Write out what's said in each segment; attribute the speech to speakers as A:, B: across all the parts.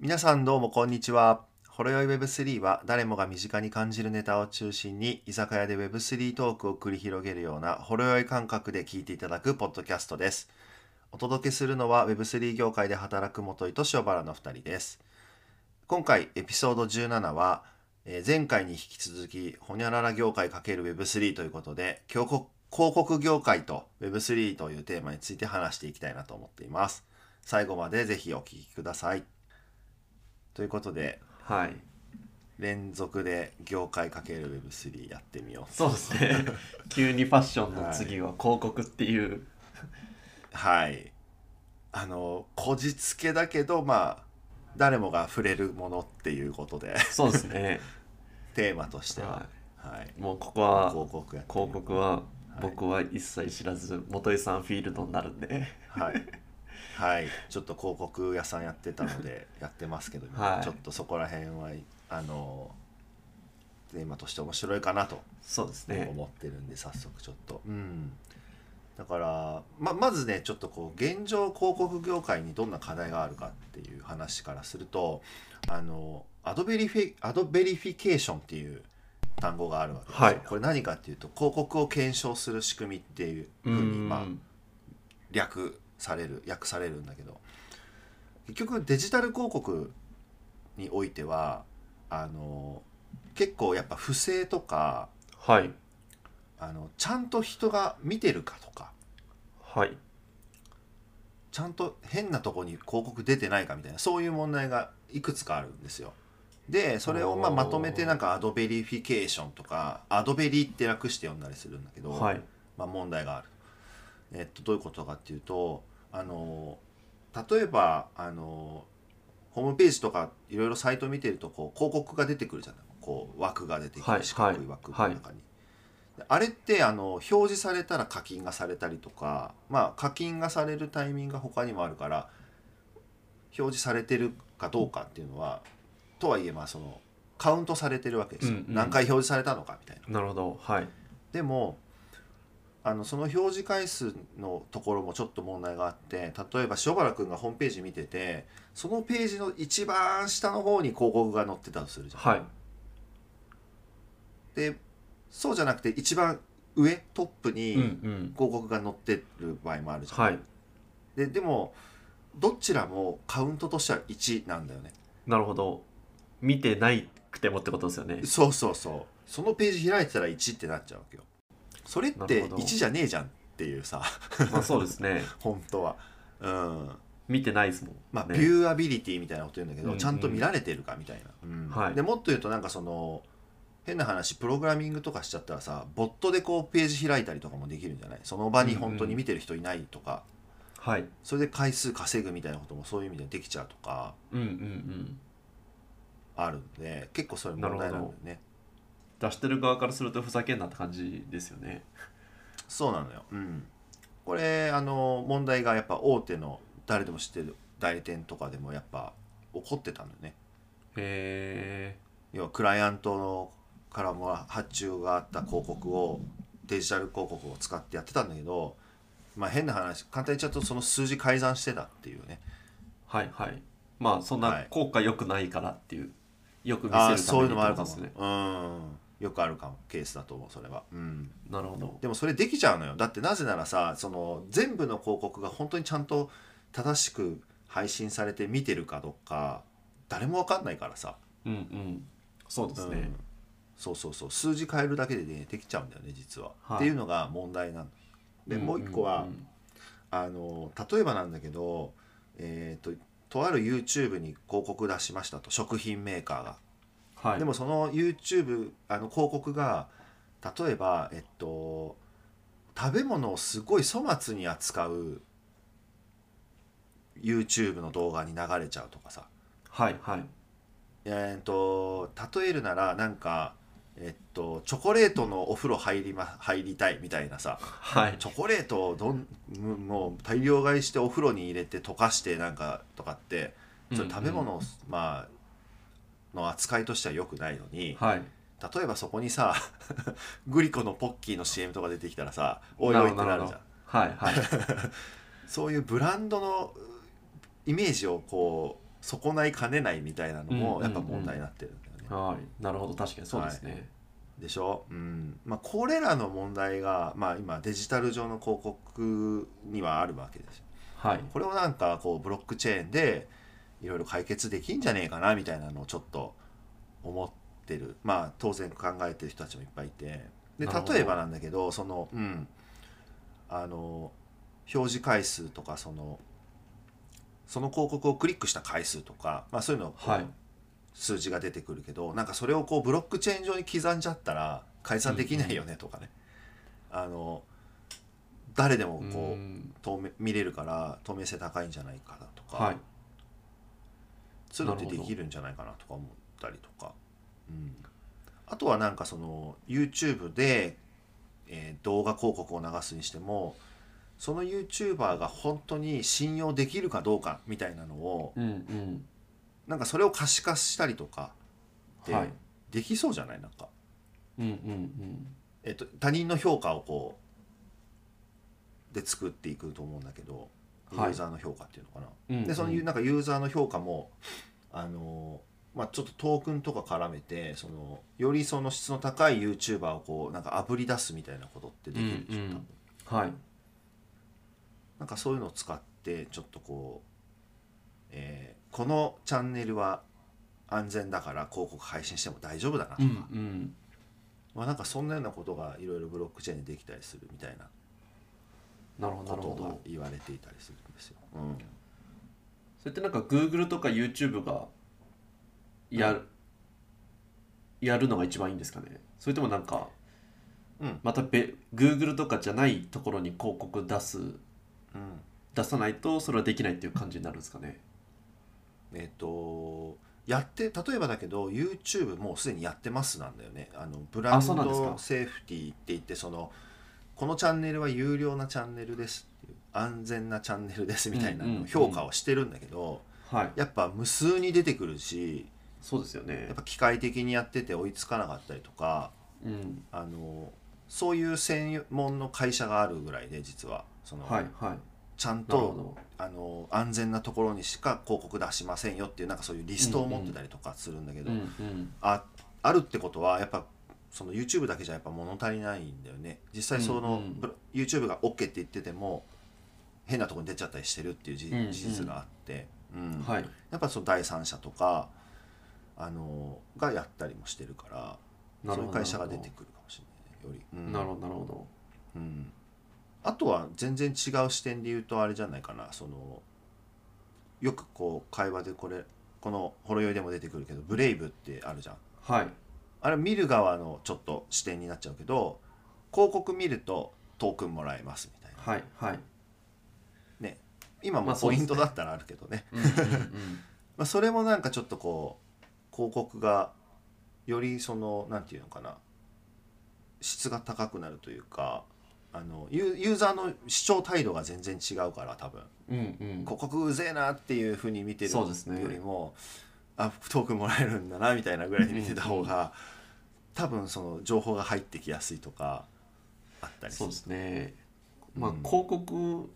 A: 皆さんどうもこんにちは。ほろよい Web3 は誰もが身近に感じるネタを中心に居酒屋で Web3 トークを繰り広げるようなほろ酔い感覚で聞いていただくポッドキャストです。お届けするのは Web3 業界で働く元井と塩原の2人です。今回エピソード17はえー前回に引き続きほにゃらら業界 ×Web3 ということで広告広告業界と Web3 というテーマについて話していきたいなと思っています。最後までぜひお聞きください。ということで
B: はい
A: 連続で業界 ×Web3 やってみよ
B: そうですね 急にファッションの次は広告っていう、
A: うはいあのこじつけだけどまあ誰もが触れるものっていうことで
B: そうです ね、
A: テーマとしては
B: は
A: はい
B: い、もうここは広
A: 広告やってみよう
B: 告は
A: はい
B: 僕は一切知らず、元井さんフィールドになるんで
A: はいはいちょっと広告屋さんやってたの でやってますけど、
B: はい
A: ちょっとそこら辺はあのテーマとして面白いかなと
B: そうですね
A: 思ってるんで早速ちょっと、うん、だからままずねちょっとこう現状広告業界にどんな課題があるかっていう話からするとあのアドベリフィアドベリフィケーションっていう単語があるわけですよ、
B: はい
A: これ何かっていうと広告を検証する仕組みっていうふ
B: う
A: うに、
B: ん、
A: まあ、略される訳されるんだけど結局デジタル広告においてはあの結構やっぱ不正とか
B: はい
A: あのちゃんと人が見てるかとか
B: はい
A: ちゃんと変なとこに広告出てないかみたいなそういう問題がいくつかあるんですよ。でそれをまあ
B: おー
A: まとめてなんかアドベリフィケーションとかアドベリって略して呼んだりするんだけど、
B: はい
A: まあ、問題がある。えっと、どういうことかっていうとあの例えばあのホームページとかいろいろサイト見てるとこう広告が出てくるじゃないこう枠が出てき
B: は
A: て
B: い
A: 四角い枠の中に。であれってあの表示されたら課金がされたりとか、まあ、課金がされるタイミングが他にもあるから表示されてるかどうかっていうのはとはいえまあそのカウントされてるわけですよ、
B: うんうん
A: 何回表示されたのかみたいな。
B: なるほどはい
A: でもあのその表示回数のところもちょっと問題があって例えば塩原くんがホームページ見ててそのページの一番下の方に広告が載ってたとするじゃん。
B: はい
A: でそうじゃなくて一番上トップに
B: うんう
A: 広
B: ん
A: 告が載ってる場合もあるじゃん。
B: はい
A: ででもどちらもカウントとしては1なんだよね。
B: なるほど見てないくてもってことです よね
A: そうそうそうそのページ開いてたら1ってなっちゃうわけよ。それっ
B: なる
A: て
B: ほど
A: 1じゃねえじゃんっていうさ
B: まあそうですね
A: 本当は。うん
B: 見てないですもん、
A: まあ、
B: ね
A: ビューアビリティみたいなこと言うんだけど、
B: うんうん
A: ちゃんと見られてるかみたいな、うん
B: はい
A: でもっと言うとなんかその変な話プログラミングとかしちゃったらさボットでこうページ開いたりとかもできるんじゃないその場に本当に見てる人いないとか、
B: はい
A: それで回数稼ぐみたいなこともそういう意味でできちゃうとか
B: うんうんうん
A: あるんで結構それ問題なんだよね
B: 出してる側からするとふざけんなって感じですよね
A: そうなのよ、うん、これあの問題がやっぱ大手の誰でも知ってる代理店とかでもやっぱ起こってたんだよね
B: へ
A: 要はクライアントのからもら発注があった広告をデジタル広告を使ってやってたんだけど、まあ、変な話簡単に言っちゃうとその数字改ざんしてたっていうね
B: えはいはいまあそん
A: は
B: ない効果良くないからっていう、よく見せるた
A: あ
B: め
A: あ
B: に
A: そういうのもあるか
B: っ
A: も
B: てことですね
A: うんよくあるかもケースだと思うそれは、うん、
B: なるほど
A: でもそれできちゃうのよだってなぜならさその全部の広告が本当にちゃんと正しく配信されて見てるかどうか誰もわかんないからさ、
B: うんうんそうです
A: う
B: ね
A: ん、そうそうそう数字変えるだけでねできちゃうんだよね実は、
B: はい
A: っていうのが問題なので、もう一個は、
B: んん
A: あの例えばなんだけどえーととある YouTube に広告出しましたと食品メーカーが、
B: はい
A: でもその YouTube あの広告が例えばえっと食べ物をすごい粗末に扱う YouTube の動画に流れちゃうとかさ
B: はいはい
A: えーっと例えるならなんかえっとチョコレートのお風呂入り,、ま、入りたいみたいなさ
B: はい
A: チョコレートをどんむもう大量買いしてお風呂に入れて溶かしてなんかとかってそれ食べ
B: うん
A: 物、まあの扱いとしては良くないの
B: うん
A: に
B: はい
A: 例えばそこにさ グリコのポッキーの CM とか出てきたらさおいおいってなるじゃん
B: はいはい
A: そういうブランドのイメージをこう損ないかねないみたいなの
B: う
A: も
B: ん
A: やっぱ問題になってるんだよね。
B: はいなるほど確かにそうですね、
A: でしょ、うんまあ、これらの問題が、まあ、今デジタル上の広告にはあるわけですよ。
B: はい、
A: これをなんかこうブロックチェーンでいろいろ解決できんじゃねえかなみたいなのをちょっと思ってるまあ当然考えてる人たちもいっぱいいてで
B: なるほど
A: 例えばなんだけどそのうんあの表示回数とかそのその広告をクリックした回数とか、まあ、そういうのを
B: はい
A: 数字が出てくるけどなんかそれをこうブロックチェーン上に刻んじゃったら解散できないよねとかね、あの誰でもこう、
B: うん
A: 透明見れるから透明性高いんじゃないかなとか、
B: はい
A: そういうのって
B: なる
A: で
B: ほど
A: きるんじゃないかなとか思ったりとか、うん、あとはなんかその YouTube で、えー動画広告を流すにしてもその YouTuber が本当に信用できるかどうかみたいなのを
B: うんうん
A: なんかそれを可視化したりとかって
B: はい
A: できそうじゃないなんか、
B: うんうん
A: えっと他人の評価をこうで作っていくと思うんだけどユ
B: はい
A: ーザーの評価っていうのかな。
B: うんうん
A: でその
B: うん
A: なんかユーザーの評価もあのーまあ、ちょっとトークンとか絡めてそのよりその質の高い YouTuber をこうなんか炙り出すみたいなことってできるでしょ、
B: うんうん
A: 多分
B: はい
A: なんかそういうのを使ってちょっとこう、えーこのチャンネルは安全だから広告配信しても大丈夫だなとか、
B: うんうん
A: まあ、なんかそんなようなことがいろいろブロックチェーンでできたりするみたいな
B: なるほど
A: こ
B: なるほ
A: とが
B: ど
A: 言われていたりするんですよ。うん
B: それってなんか Google とか YouTube がやる、やるのが一番いいんですかねそれともなんか、
A: うん
B: またべ Google とかじゃないところに広告出す
A: うん
B: 出さないとそれはできないっていう感じになるんですかね
A: えっ、とやって例えばだけど YouTube もうすでにやってますなんだよねあのブラン
B: そうなんです
A: ド
B: か
A: セーフティーって言ってそのこのチャンネルは有料なチャンネルですっていう安全なチャンネルですみたいな
B: うんうん
A: の
B: うん
A: 評価をしてるんだけど、
B: はい
A: やっぱ無数に出てくるし
B: そうですよね
A: やっぱ機械的にやってて追いつかなかったりとか
B: うん
A: あのそういう専門の会社があるぐらいで実はその、
B: はいはい
A: ちゃん
B: なる
A: と
B: ほ
A: あの安全なところにしか広告出しませんよっていうなんかそういうリストを持ってたりとかするんだけど、
B: どうんうん
A: ああるってことはやっぱその YouTube だけじゃやっぱ物足りないんだよね実際その、
B: うんうん
A: ブロ YouTube が OK って言ってても変なとこに出ちゃったりしてるっていうじ
B: うんうん
A: 事実があって、うん
B: はい
A: やっぱその第三者とかあのがやったりもしてるから
B: な
A: そうい
B: るほ
A: う
B: ど
A: 会社が出てくるかもしれないより。うん
B: なるほどなるほど
A: うんあとは全然違う視点で言うとあれじゃないかなそのよくこう会話でこれこの「ほろ酔い」でも出てくるけど「ブレイブ」ってあるじゃん。
B: はい
A: あれ見る側のちょっと視点になっちゃうけど広告見るとトークンもらえますみたいな
B: はいはい
A: 今
B: ま
A: も
B: あそう
A: ポイ
B: で
A: ン
B: す
A: ト
B: ね
A: だったらあるけどね,、
B: うんうんうん
A: まあ、それもなんかちょっとこう広告がよりそのなんていうのかな質が高くなるというかあのユーユーザーの視聴態度が全然違うから多分
B: うんうん
A: 広告うぜえなっていうふうに見てる
B: そうですね
A: よりも、あトークンもらえるんだなみたいなぐらいで見てた方が、多分その情報が入ってきやすいとかあったりす
B: そう
A: る
B: ですね。まあ、
A: うん
B: 広告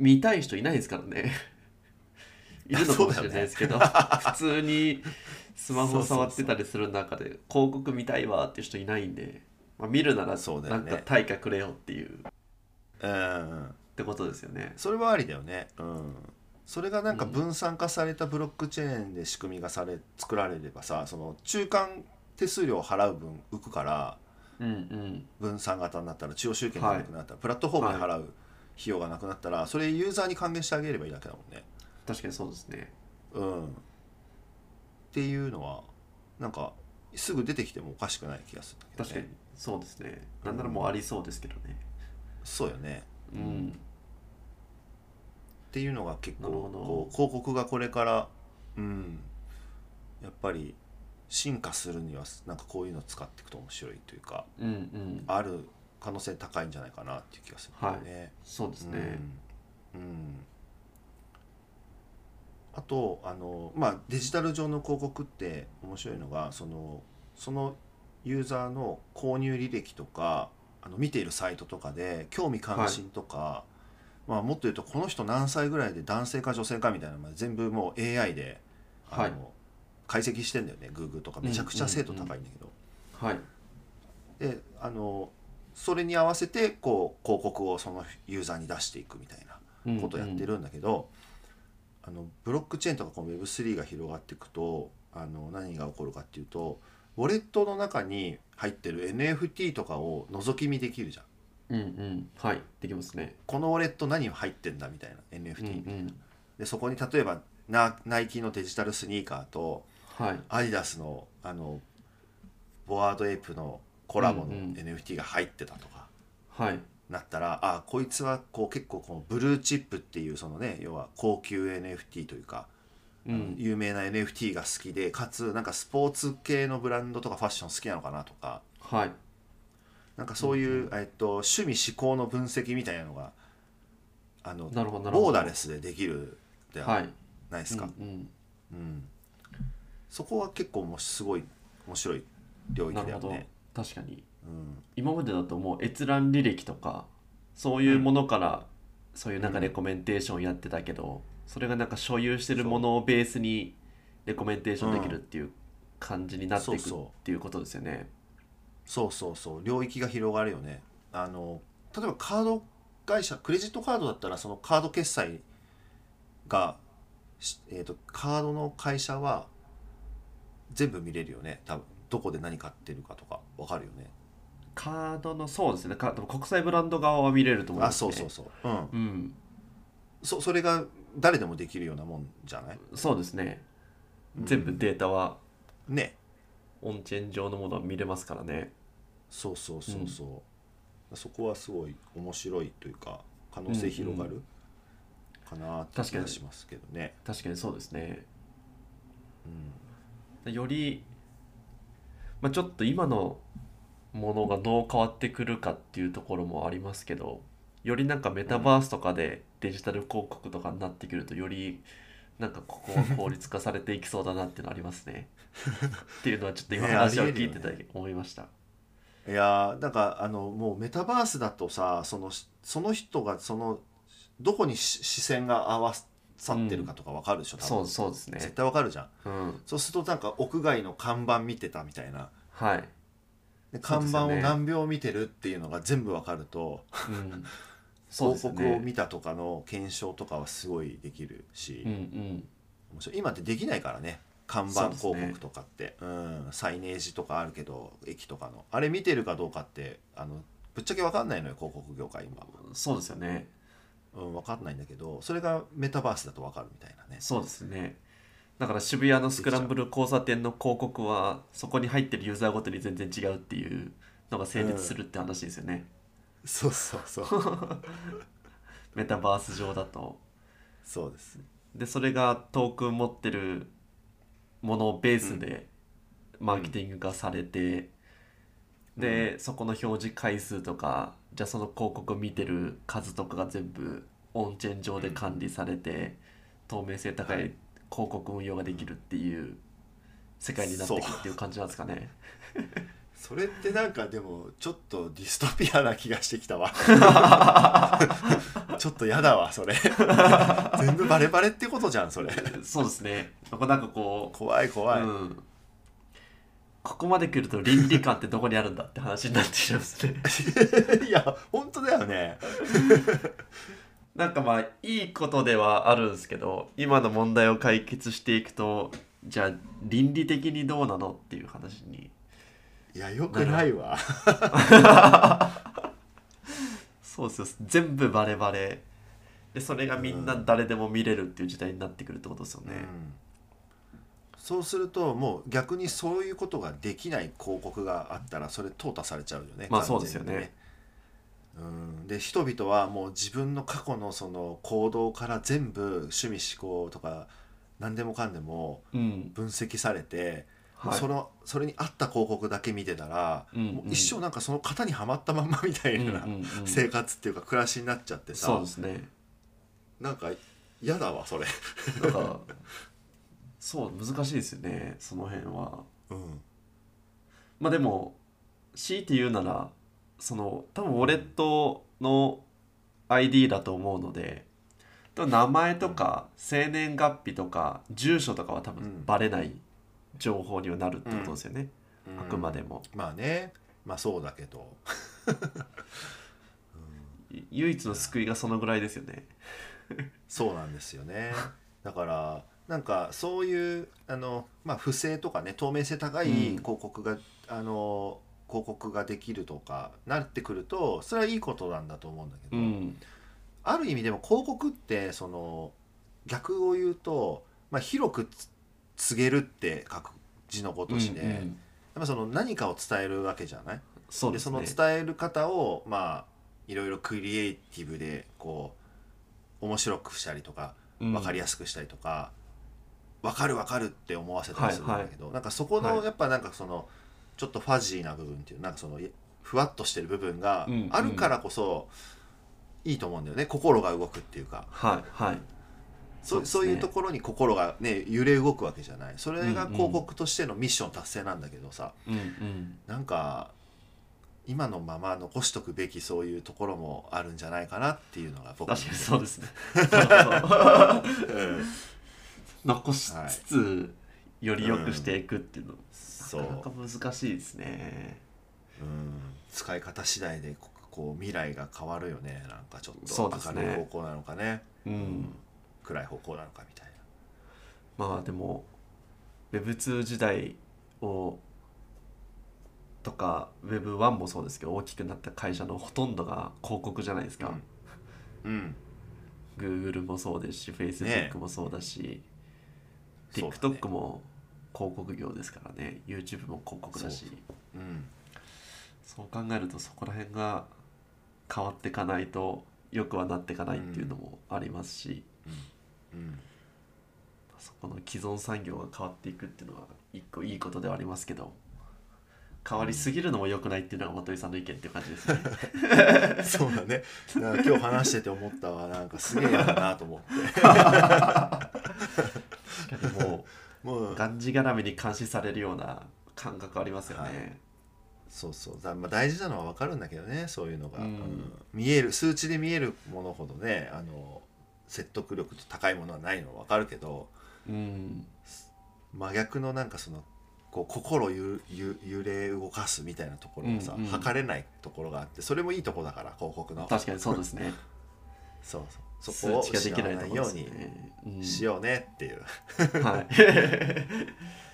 B: 見たい人いないですから ね。いるのかもしれないですけ ど、普通にスマホ触ってたりする中で広告見たいわって人いないんで、まあ、見るなら
A: そうだ
B: な
A: よ
B: ん
A: ね
B: か対価くれよっていうっ
A: うん
B: てことですよね。
A: それはありだよねうんそれがなんか分散化されたブロックチェーンで仕組みがされ作られればさその中間手数料を払う分浮くから
B: うんうん。
A: 分散型になったら中央集権がなくなったら、プラットフォームに払う費用がなくなったら、それユーザーに還元してあげればいいだけだもんね
B: 確かにそうですね。
A: うん、っていうのはなんかすぐ出てきてもおかしくない気がするんだけど、ね、
B: 確かにそうですね。なんならもうありそうですけどね。
A: そうよね
B: うん。
A: っていうのが結構
B: なるほど
A: こう広告がこれから、うん、やっぱり進化するにはなんかこういうの使っていくと面白いというか
B: うんうん。
A: ある可能性高いんじゃないかなっていう気がするんだよね。
B: そうですね。
A: うんうんあとあの、まあ、デジタル上の広告って面白いのがそのそのユーザーの購入履歴とかあの見ているサイトとかで興味関心とか、まあ、もっと言うとこの人何歳ぐらいで男性か女性かみたいなのまで全部もう AI であの、
B: はい
A: 解析してんだよね Google とかめちゃくちゃ精度高いんだけど、
B: はい
A: であのそれに合わせてこう広告をそのユーザーに出していくみたいな
B: うん
A: ことをやってるんだけど、あのブロックチェーンとかこの Web3 が広がっていくとあの何が起こるかっていうとウォレットの中に入ってる NFT とかを覗き見できるじゃん。
B: うんうんはいできますね
A: このウォレット何入ってんだみたいな NFT、
B: うんうん
A: でそこに例えばナナイキのデジタルスニーカーと
B: はい
A: アディダスのあのボワードエイプのコラボの
B: うんうん
A: NFT が入ってたとか、
B: はい
A: なったらあこいつはこう結構このブルーチップっていうそのね要は高級 NFT というか、
B: う
A: あの
B: ん
A: 有名な NFT が好きでかつなんかスポーツ系のブランドとかファッション好きなのかなとか
B: はい
A: なんかそういう、えっと、趣味思考の分析みたいなのがあの
B: なるほどなるほど
A: ボーダレスでできるでは
B: はい
A: ないですか、
B: うん
A: うんそこは結構もうすごい面白い領
B: うん
A: 域
B: な
A: だ
B: る
A: よ
B: ほど
A: ね。
B: 確かに
A: うん
B: 今までだともう閲覧履歴とかそういうものからそういうなんかレコメンテーションやってたけどそれがなんか所有してるものをベースにレコメンテーションできるっていう感じになっていくっ
A: そうそう
B: ていうことですよね。
A: そうそうそう領域が広がるよねあの例えばカード会社クレジットカードだったらそのカード決済が、しえー、とカードの会社は全部見れるよね多分どこで何買ってるかとかわかるよね
B: カードのそうですねカードの国際ブランド側は見れると思い
A: あ
B: ます、
A: そ
B: ね、
A: うそうそううん
B: うん
A: そそれが誰でもできるようなもんじゃない
B: そうですね
A: うん
B: 全部データは
A: ね
B: オンチェーン上のものは見れますからね
A: そうそうそうそう、そこはすごい面白いというか可能性広がるかなって気がしますけどね、
B: 確かにそうですね
A: うん、
B: より、まあ、ちょっと今のものがどう変わってくるかっていうところもありますけどよりなんかメタバースとかでデジタル広告とかになってくるとよりなんかここは効率化されていきそうだなっていうのありますね。っていうのはちょっと今
A: ねえ
B: 話を
A: ありえ
B: 聞
A: る
B: い
A: よ
B: て
A: ね
B: た思いました。
A: いやーなんかあのもうメタバースだとさそのその人がそのどこにし視線が合わさってるかとかわかるでしょ、多分
B: そうそうですね
A: 絶。対わかるじゃん
B: うん。
A: そうするとなんか屋外の看板見てたみたいな
B: はい。
A: で
B: そうで
A: 看
B: す
A: 板
B: よね
A: を何秒見てるっていうのが全部わかると、
B: うん。そうで
A: 広
B: す
A: 告を
B: ね。
A: 見たとかの検証とかはすごいできるし、
B: うんうん。
A: 面白い今ってできないからね看
B: そう
A: 板
B: ですね
A: 広告とかってう、ん、サイネージとかあるけど駅とかのあれ見てるかどうかってあのぶっちゃけわかんないのよ広告業界今。
B: そうですよね。
A: うん、分かんないんだけどそれがメタバースだと分かるみたいなね
B: そうですね。だから渋谷のスクランブル交差点の広告はそこに入ってるユーザーごとに全然違うっていうのが成立するって話ですよね。
A: そうそうそう
B: メタバース上だと。
A: そうです
B: で、それがトークン持ってるものをベースでマーケティングがされて、で、そこの表示回数とか、じゃあその広告を見てる数とかが全部オンチェーン上で管理されて、透明性高い
A: は
B: 広告運用ができるっていう世界になっていくっていう感じなんですかね。
A: それってなんかでもちょっとディストピアな気がしてき たわちょっとやだわ それ全部バレバレってことじゃんそれ
B: そうですね。なんかなんかこう、
A: 怖い怖い、
B: うん、ここまで来ると倫理観ってどこにあるんだって話になってきますね。
A: いや本当だよね
B: なんかまあいいことではあるんですけど今の問題を解決していくとじゃあ倫理的にどうなのっていう話に
A: いやよくないわ
B: そうですよ全部バレバレでそれがみんな誰でも見れるっていう時代になってくるってことですよね、
A: うんそうするともう逆にそういうことができない広告があったらそれ淘汰されちゃうよね。
B: まあ
A: 完
B: そうですよ
A: 全に
B: ね
A: うん、で人々はもう自分の過去のその行動から全部趣味思考とか何でもかんでも
B: うん
A: 分析されて、もう
B: はい
A: そのそれに合った広告だけ見てたら、
B: うんうん
A: もう一生なんかその型にはまったまんまみたいな
B: うんうんうん
A: 生活っていうか暮らしになっちゃってさ、
B: そうですね
A: なんか嫌だわそれ。
B: だからそう難しいですよねその辺は
A: うん
B: まあでも強いて言うならその多分ウォレットの ID だと思うのでと名前とか生年月日とか住所とかは多
A: うん
B: 分バレない情報にはなるってことですよね、
A: うん
B: あくまでも
A: まあねまあそうだけど
B: い唯一の救いがそのぐらいですよね
A: そうなんですよ ねだからなんかそういうあの、まあ、不正とかね透明性高い
B: うん
A: 広告が、あの広告ができるとかなってくるとそれはいいことなんだと思うんだけ
B: う
A: ど、
B: ん
A: ある意味でも広告ってその逆を言うと、まあ、広くつ告げるって書く字のごとしで、
B: うんう
A: やっ
B: ん
A: ぱその何かを伝えるわけじゃない
B: そう
A: で
B: です
A: そ
B: ね
A: の伝える方をまあいろいろクリエイティブでこう面白くしたりとか
B: うん
A: 分かりやすくしたりとか、分かる分かるって思わせたりするんだけど、なんかそこ
B: は
A: の
B: い
A: やっぱなんかそのちょっとファジーな部分っていうなんかそのふわっとしてる部分が
B: うん
A: あるからこそいいと思うんだよね、心が動くっていうか
B: はいはい
A: そ
B: そう
A: う,、
B: です
A: そう
B: ね
A: いうところに心がね揺れ動くわけじゃないそれ
B: う
A: が
B: んうん
A: 広告としてのミッション達成なんだけどさ、
B: うんうん
A: なんか今のまま残しとくべきそういうところもあるんじゃないかなっていうのが僕の
B: 確かにそうです ねそう
A: うん
B: 残しつつ、より良くしていくっていうの、
A: そう
B: なかなか難しいですね
A: うん使い方次第でここう未来が変わるよねなんかちょっと
B: そうです
A: 明
B: ね
A: るい方向なのかね
B: うん、
A: 暗い方向なのかみたいな
B: まあでも Web2 時代をとか Web1 もそうですけど大きくなった会社のほとんどが広告じゃないですか、
A: うん、
B: Google もそうですし
A: ね
B: Facebook もそうだし、
A: そうだね
B: TikTok も広告業ですからね YouTube も広告だし
A: そううん
B: そう考えるとそこら辺が変わっていかないと良くはなっていかないっていうのもありますし、
A: うん
B: そこの既存産業が変わっていくっていうのは一個いいことではありますけど変わりすぎるのも良くないっていうのが元井さんの意見っていう感じですね
A: そうだねなんか今日話してて思ったわなんかすげえやだなと思って
B: 確かにも
A: も
B: う
A: う
B: がんじがらめに監視されるような感覚ありますよね、
A: そうそうだ、まあ、大事なのは分かるんだけどねそういうのが、
B: うん
A: うん見える数値で見えるものほどねあの説得力と高いものはないのは分かるけど
B: うん
A: 真逆のなんかそのこう心ゆゆ揺れ動かすみたいなところもさ、
B: うんうん
A: 測れないところがあってそれもいいとこだから広告の
B: 確かにそうですね
A: そうそうそこを
B: 数値
A: 失
B: ができ
A: わ
B: な
A: な
B: いと
A: い
B: ころ
A: よ
B: で
A: う
B: す
A: に
B: ね、うん、
A: しようねっていう
B: はいと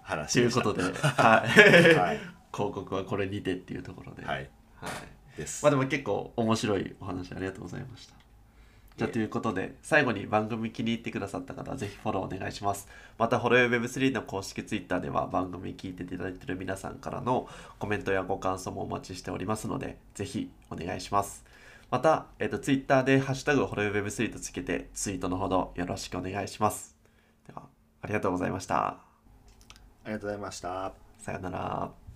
A: 話
B: い
A: で
B: う
A: した
B: ことで、 はい、
A: はい、
B: 広告はこれにてっていうところで、
A: はい、
B: はい
A: です、
B: まあでも結構面白いお話ありがとうございました。じゃあ
A: いえ
B: ということで最後に番組気に入ってくださった方はぜひフォローお願いします。またホロヨイ Web3 の公式 Twitter では番組聞いていただいている皆さんからのコメントやご感想もお待ちしておりますのでぜひお願いします。また、えっと Twitter で「ハッシュタグホロヨイ Web3」とつけてツイートのほどよろしくお願いします。ではありがとうございました。
A: ありがとうございました
B: さようなら。